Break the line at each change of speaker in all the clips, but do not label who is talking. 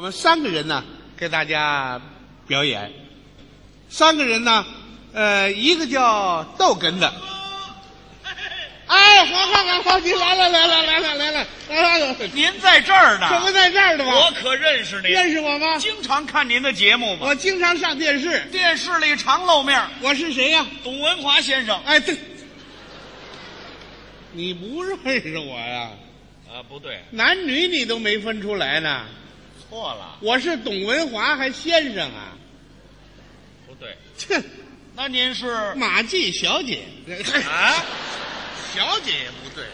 们三个人呢给大家表演。三个人呢，呃，一个叫逗哏的。哎，好好好好，你来来来来来来来来来来，
您在这儿呢，
怎么在这儿的
我
吧？
可认识啊您，
认识我吗？
经常看您的节目吧？
我经常上电视。
电视里常露面，
我是谁呀、
董文华先生。
哎，对，你不认识我呀？
啊，不对，
男女你都没分出来呢。
错了，
我是董文华，还先生啊？
不对。
切，
那您是
马季小姐。
啊？
小姐也不对，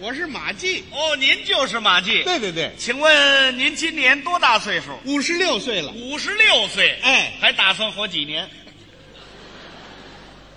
我是马季。
哦，您就是马季。
对对对，
请问您今年多大岁数？
五十六岁了。
五十六岁。
哎
还打算活几年？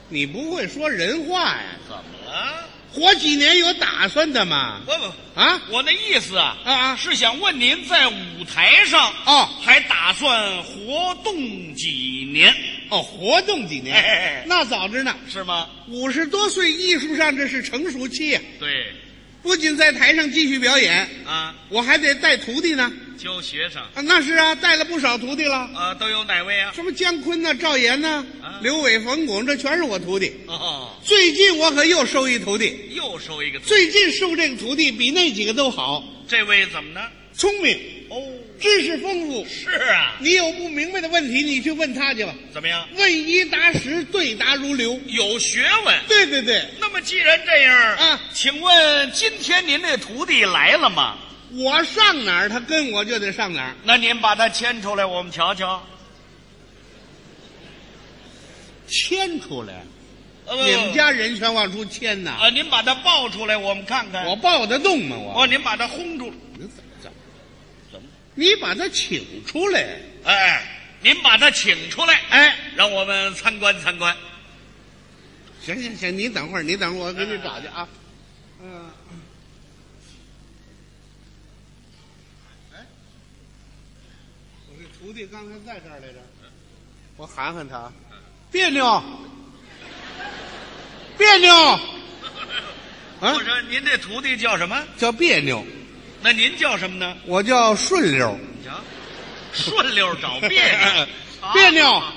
你不会说人话呀？
怎么了？
活几年有打算的吗？
不不，
啊
我那意思啊，
啊啊！
是想问您在舞台上
哦
还打算活动几年？
哦，活动几年？
哎哎哎
那早着呢。
是吗？
五十多岁，艺术上这是成熟期呀、
对，
不仅在台上继续表演，
啊，
我还得带徒弟呢。
教学生，
啊，那是啊，带了不少徒弟了，
啊，都有哪位啊？
什么姜昆呐、赵岩呐、
啊
刘伟、冯巩，这全是我徒弟。
哦，
最近我可又收一徒弟，
又收一个，
最近收这个徒弟比那几个都好，
这位怎么呢？
聪明，
哦，
知识丰富。
是啊，
你有不明白的问题，你去问他去吧，
怎么样？
问一答十，对答如流。
有学问。
对对对，
那么既然这样，
啊
请问今天您这徒弟来了吗？
我上哪儿，他跟我就得上哪儿。
那您把他牵出来，我们瞧瞧。
牵出来，
呃
你们家人全往出牵呐。
啊，您把他抱出来，我们看看。
我抱得动吗？我
哦，您把他轰住。
你怎么怎么
怎么？
你把他请出来，
哎，您把他请出来，
哎，
让我们参观参观。
行行行，你等会儿，你等会儿，我给你找去啊。嗯、哎，我这徒弟刚才在这儿来着，我喊喊他，别扭，别 扭，啊嗯
我，说您这徒弟叫什么？
叫别扭，
那您叫什么呢？
我叫顺溜，
你瞧，顺溜找别扭，
别扭
啊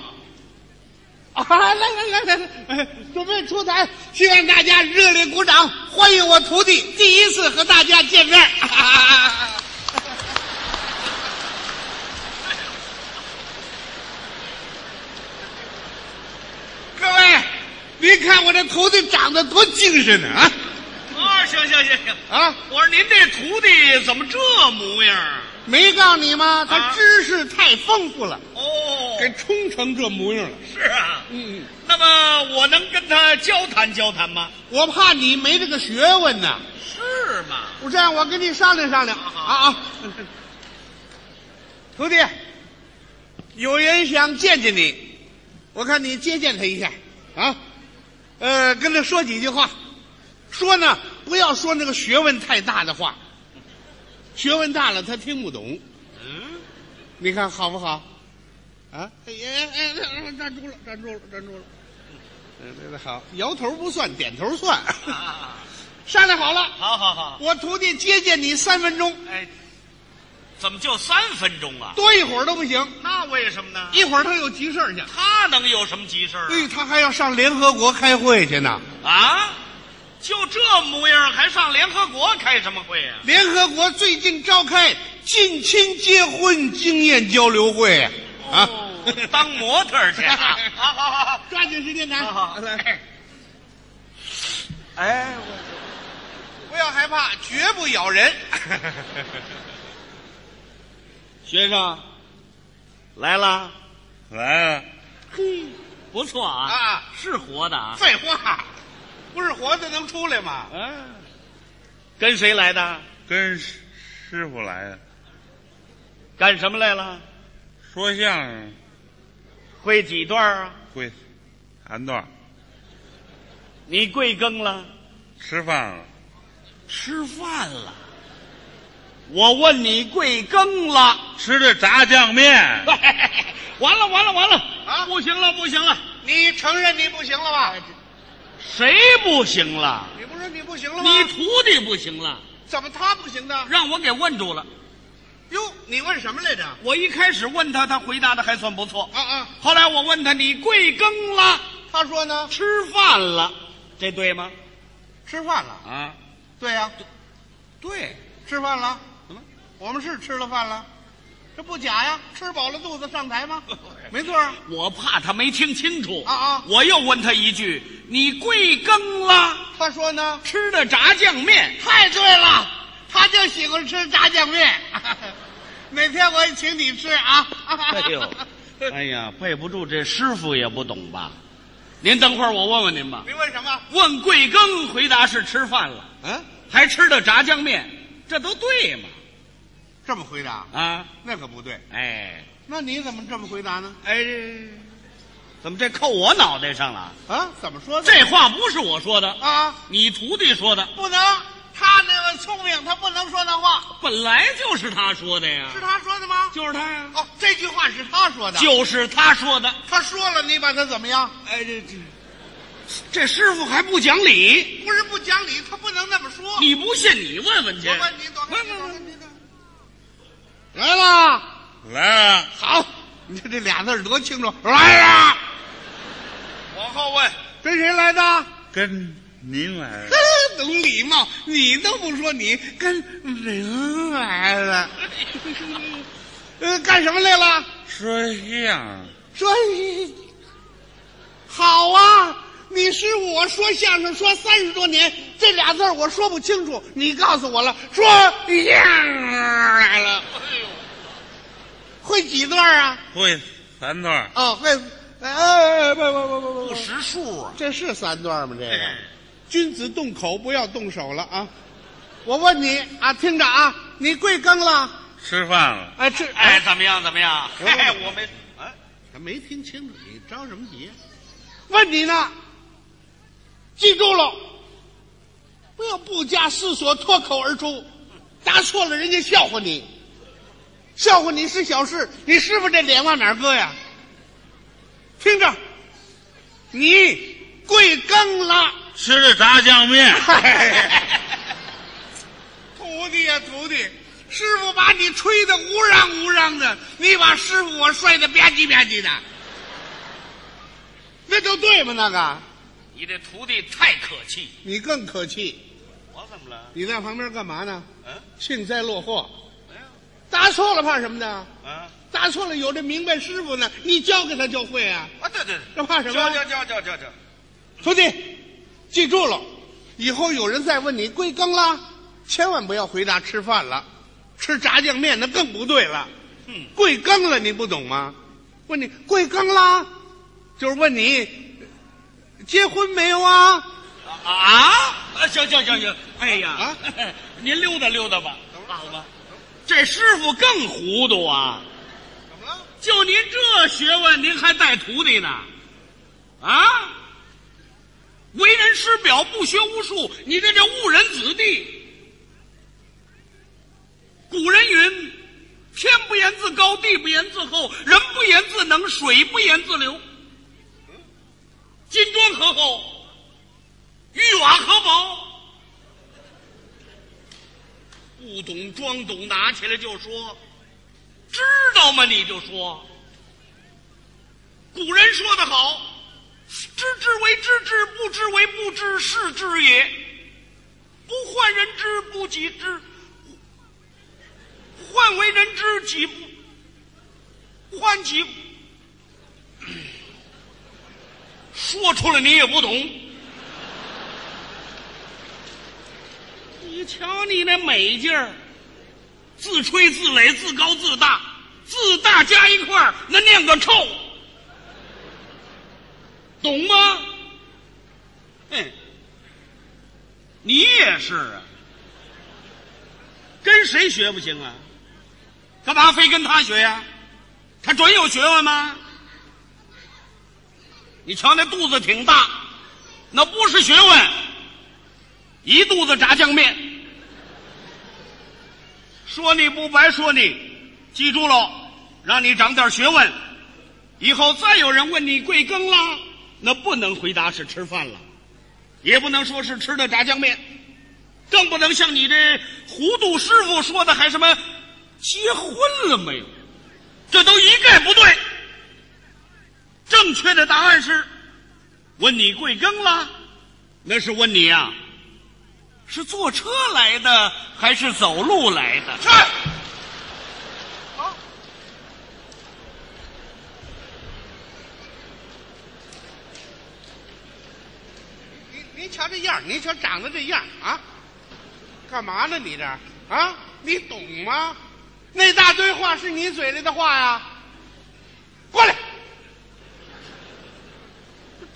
啊，来来来来来，哎准备出台，希望大家热烈鼓掌，欢迎我徒弟第一次和大家见面。 各位，您看我这徒弟长得多精神呢啊
啊，行行行行。
啊！
我说您这徒弟怎么这模样啊？
没告诉你吗？他
啊
知识太丰富了，
哦
给冲成这模样了。
是啊。
嗯，嗯
那么我能跟他交谈交谈吗？
我怕你没这个学问呐。
是吗？
我这样，我跟你商量商量
好
啊啊！徒弟，有人想见见你，我看你接见他一下啊，呃，跟他说几句话，说呢，不要说那个学问太大的话，学问大了他听不懂，
嗯，
你看好不好？啊，哎哎哎，哎站住了，站住了，站住了，嗯，对的好，摇头不算，点头算，
啊，
商量好了，
好好好，
我徒弟接见你三分钟。
哎，怎么就三分钟啊？
多一会儿都不行，
那为什么呢？
一会儿他有急事儿去。
他能有什么急事儿
哎，他还要上联合国开会去呢。
啊？啊，就这模样还上联合国开什么会啊呀、
联合国最近召开近亲结婚经验交流会啊，
哦，当模特儿去
哎
啊！好好好好，
抓紧时间
好好
拿。来，
哎，
不要害怕，绝不咬人。
学生来了，来了，
嘿，
不错啊，
啊
是活的啊。
废话，不是活的能出来吗？
啊，跟谁来的？
跟师师傅来的，
干什么来了？
说相声
会几段啊？
会弹段儿，
你贵庚了？
吃饭了，
吃饭了。我问你贵庚了？
吃的炸酱面，
完了完了完了
啊
不行了不行了，
你承认你不行了吧？
谁不行了？
你不是你不行了吗？
你徒弟不行了，
怎么他不行呢？
让我给问住了。
哟，你问什么来着？啊
我一开始问他，他回答的还算不错。
啊，
后来我问他，你贵庚了？
他说呢，
吃饭了，这对吗？
吃饭了。
啊，
对呀、
对，
吃饭了。
怎么？
我们是吃了饭了，这不假呀，吃饱了肚子上台吗？没错啊。
我怕他没听清楚
啊啊
我又问他一句：“你贵庚了？
他说呢，
吃的炸酱面？”
太对了，他就喜欢吃炸酱面。 哪天我也请你吃啊！
哎呦，哎呀，背不住这师傅也不懂吧？您等会儿我问问您吧。
你问什么？
问贵庚，回答是吃饭了，
嗯，
还吃的炸酱面，这都对吗？
这么回答，
啊，
那可不对。
哎，
那你怎么这么回答呢？
哎，怎么这扣我脑袋上了？
啊，怎么说的？
这话不是我说的，
啊，
你徒弟说的，
不能，他那个聪明，他不能说那话，
本来就是他说的呀
是，他说的吗？
就是他呀，
哦，这句话是他说的。
就是他说的。
他说了，你把他怎么样？
哎，这这这师傅还不讲理，
不是不讲理，他不能那么说。
你不信你问问去。
我问你，躲开，
不
躲
不
开，
不
你躲开来啦！
来了，
好，你看这俩字儿多清楚。来啦！
往后问，
跟谁 来的？
跟您来了。
懂礼貌，你都不说，你跟人来了。 呃，干什么来了？
说相
说，好啊！你是我说相声说三十多年，这俩字儿我说不清楚，你告诉我了，说相来了。会几段啊？
会三段，
哦，会，哎哎哎，不不不不不
不，识数啊。
这是三段吗？这个
哎，
君子动口，不要动手了啊！我问你啊，听着啊，你贵庚了？
吃饭了，
哎，这
哎，，怎么样？怎么样？
哎
哎，我没，哎，
他没听清楚，你着什么急？啊问你呢，记住喽，不要不加思索脱口而出，答错了人家笑话你，笑话你是小事，你师傅这脸往哪儿搁呀？听着，你贵庚了？
吃的炸酱面，
徒弟呀、徒弟，师傅把你吹得乌嚷乌嚷的，你把师傅我摔得吧唧吧唧的，那就对吗？那个，
你这徒弟太可气。
你更可气，
我怎么了？
你在旁边干嘛呢？
嗯，
幸灾乐祸，
没有
答错了怕什么呢？
啊。
答错了有这明白师傅呢，你教给他就会啊。
啊，对对对，
这怕什么
叫叫叫叫叫叫，
徒弟，记住了，以后有人再问你贵庚啦，千万不要回答吃饭了，吃炸酱面那更不对了。
嗯，
贵庚了，你不懂吗？问你贵庚啦，就是问你结婚没有啊？
啊！啊行行行行，哎呀，
啊
您溜达溜达吧，好吧。这师傅更糊涂啊！
怎么了？
就您这学问，您还带徒弟呢？啊！为人师表，不学无术，你这叫误人子弟。古人云：“天不言自高，地不言自厚，人不言自能，水不言自流。”金砖何厚？玉瓦何薄？不懂装懂，拿起来就说。知道吗？你就说。古人说得好，知之为知之，不知为不知，是知也。不患人之，不己知；患为人知，己不 患己。说出来你也不懂。你瞧你那美劲儿。自吹自擂、自高自大，自大加一块儿，那念个臭，懂吗？哼，你也是啊，跟谁学不行啊？干嘛非跟他学呀、他准有学问吗？你瞧那肚子挺大，那不是学问，一肚子炸酱面。说你不白说你，记住喽，让你长点学问。以后再有人问你贵庚啦，那不能回答是吃饭了，也不能说是吃的炸酱面，更不能像你这糊涂师傅说的还什么结婚了没有？这都一概不对。正确的答案是，问你贵庚啦？那是问你呀、啊是坐车来的还是走路来的？
是。您您瞧这样儿，您瞧长得这样儿啊，干嘛呢？你这儿啊，你懂吗？那大堆话是你嘴里的话呀。过来，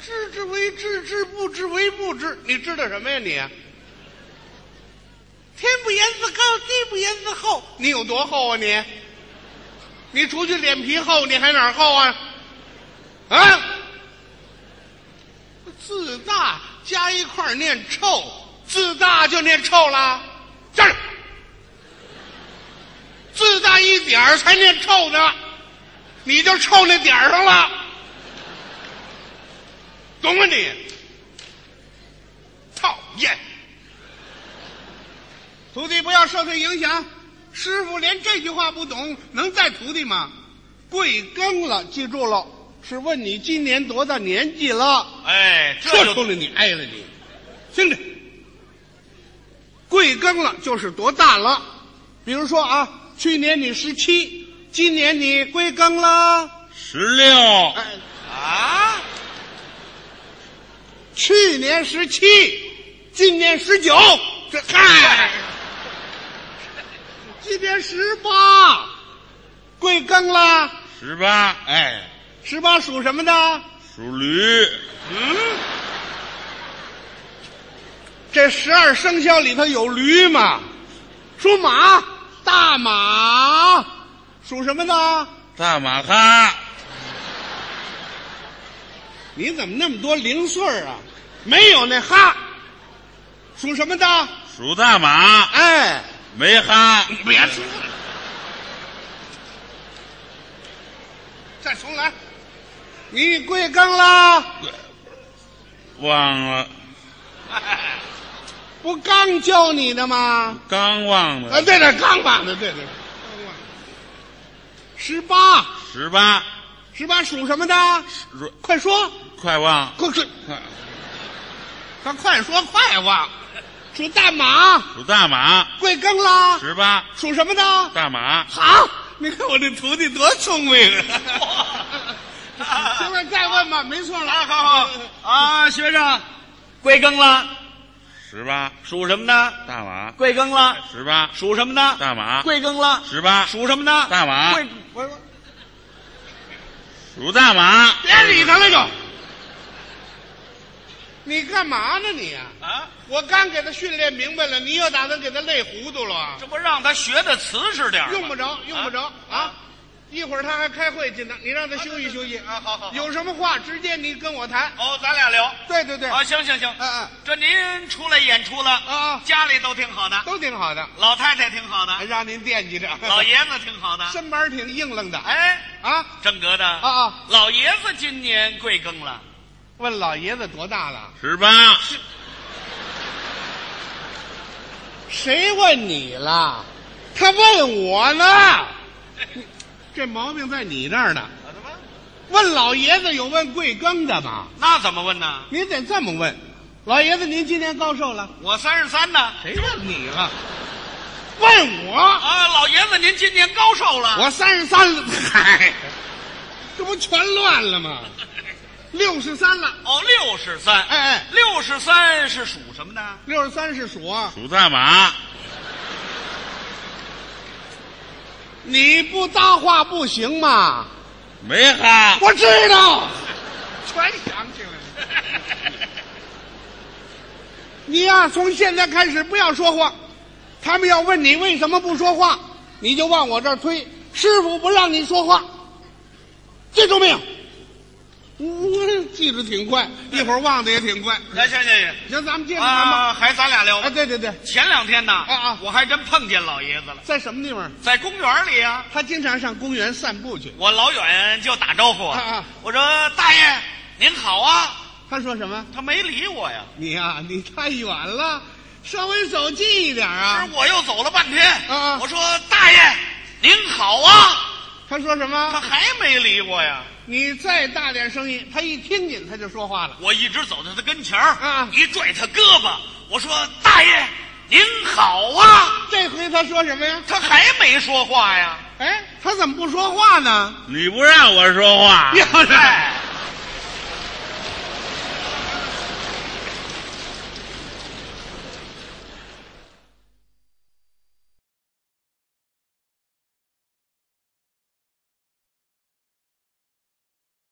知之为知之，不知为不知。你知道什么呀你？天不言自高，地不言自厚。你有多厚啊你？你除去脸皮厚，你还哪儿厚啊？啊！自大加一块儿念臭，自大就念臭啦。站着，自大一点儿才念臭呢，你就臭那点儿上了，懂吗你？讨厌！徒弟不要受这影响，师傅连这句话不懂，能带徒弟吗？贵庚了，记住了，是问你今年多大年纪了。
哎，
这出来你挨了你，听着，贵庚了就是多大了。比如说啊，去年你十七，今年你归庚了。
十六，
哎，
啊，
去年十七，今年十九，这嗨，今年十八，贵庚了。
十八，
哎，十八属什么的？
属驴，
嗯，这十二生肖里头有驴吗？属马，大马，属什么呢？
大马哈，
你怎么那么多零碎儿啊？没有那哈，属什么的？
属大马，
哎，
没哈，
别说了，再重来。你贵庚啦？
忘了，
不刚教你的吗？
刚忘
啊，
了，
对对，刚忘的，对对，刚忘的。十八，
十八，
十八属什么的？
如
快说，
快忘，
快快，
快
快快说，快忘。属大马，
属大马，
贵庚啦？
十八，
属什么的？
大马，
好，你看我这徒弟多聪明啊！ 行了，再问吧，没错了。
啊，好好啊，学生，贵庚了？
十八，
属什么呢？
大马，
贵庚了？
十八，
属什么呢？
啊
大马，
贵庚了？
十八，
属什么呢？
大马
贵
我说
属大马，
别理他了就。你干嘛呢你呀、
啊，
我刚给他训练明白了，你又打算给他累糊涂了啊？
这不让他学的瓷实点儿吗
用不着，用不着啊一会儿他还开会去呢，你让他休息休息
啊好好好
有什么话直接你跟我谈。
哦，咱俩聊。
对对对，
啊，行行行，
嗯嗯
这您出来演出了，
啊哎
家里都挺好的，
都挺好的，
老太太挺好的，
让您惦记着。
啊老爷子挺好的，
身板挺硬朗的，哎
哎，
啊
正格的
啊，啊！
老爷子今年贵庚了？
问老爷子多大了？
十八，
谁问你了？他问我呢。这毛病在你这儿呢。问老爷子有问贵庚的吗？
那怎么问呢？
你得这么问，老爷子您今年高寿了？
我三十三呢。
谁问你了？问我，
啊，老爷子您今年高寿了？
我三十三了，嗨， 这不全乱了吗？六十三了，
哦，六十三。
哎哎，
六十三是属什么呢？
六十三是鼠啊，
属大马，
你不搭话不行嘛？
没哈，
我知道，全想起来了。你呀、从现在开始不要说话，他们要问你为什么不说话，你就往我这儿推。师傅不让你说话，记住没有？嗯，记住挺快，一会儿忘的也挺快。
哎，行行
行，咱们接着
行，
谈吧。
啊，还咱俩聊
哎，。对对对，
前两天呢，
啊啊
我还真碰见老爷子了，
在什么地方？
在公园里啊，
他经常上公园散步去。
我老远就打招呼
啊啊
我说大爷您好啊，
他说什么？
他没理我呀，
你呀、你太远了，稍微走近一点啊
是。我又走了半天，
啊啊
我说大爷您好啊，
他说什
他
么？
还没理我呀。
你再大点声音，他一听见他就说话了。
我一直走到他跟前儿，
啊
一拽他胳膊，我说：“大爷，您好啊
这回他说什么呀！”？
他还 没说话呀。
哎，他怎么不说话呢？
你不让我说话，
要是
哎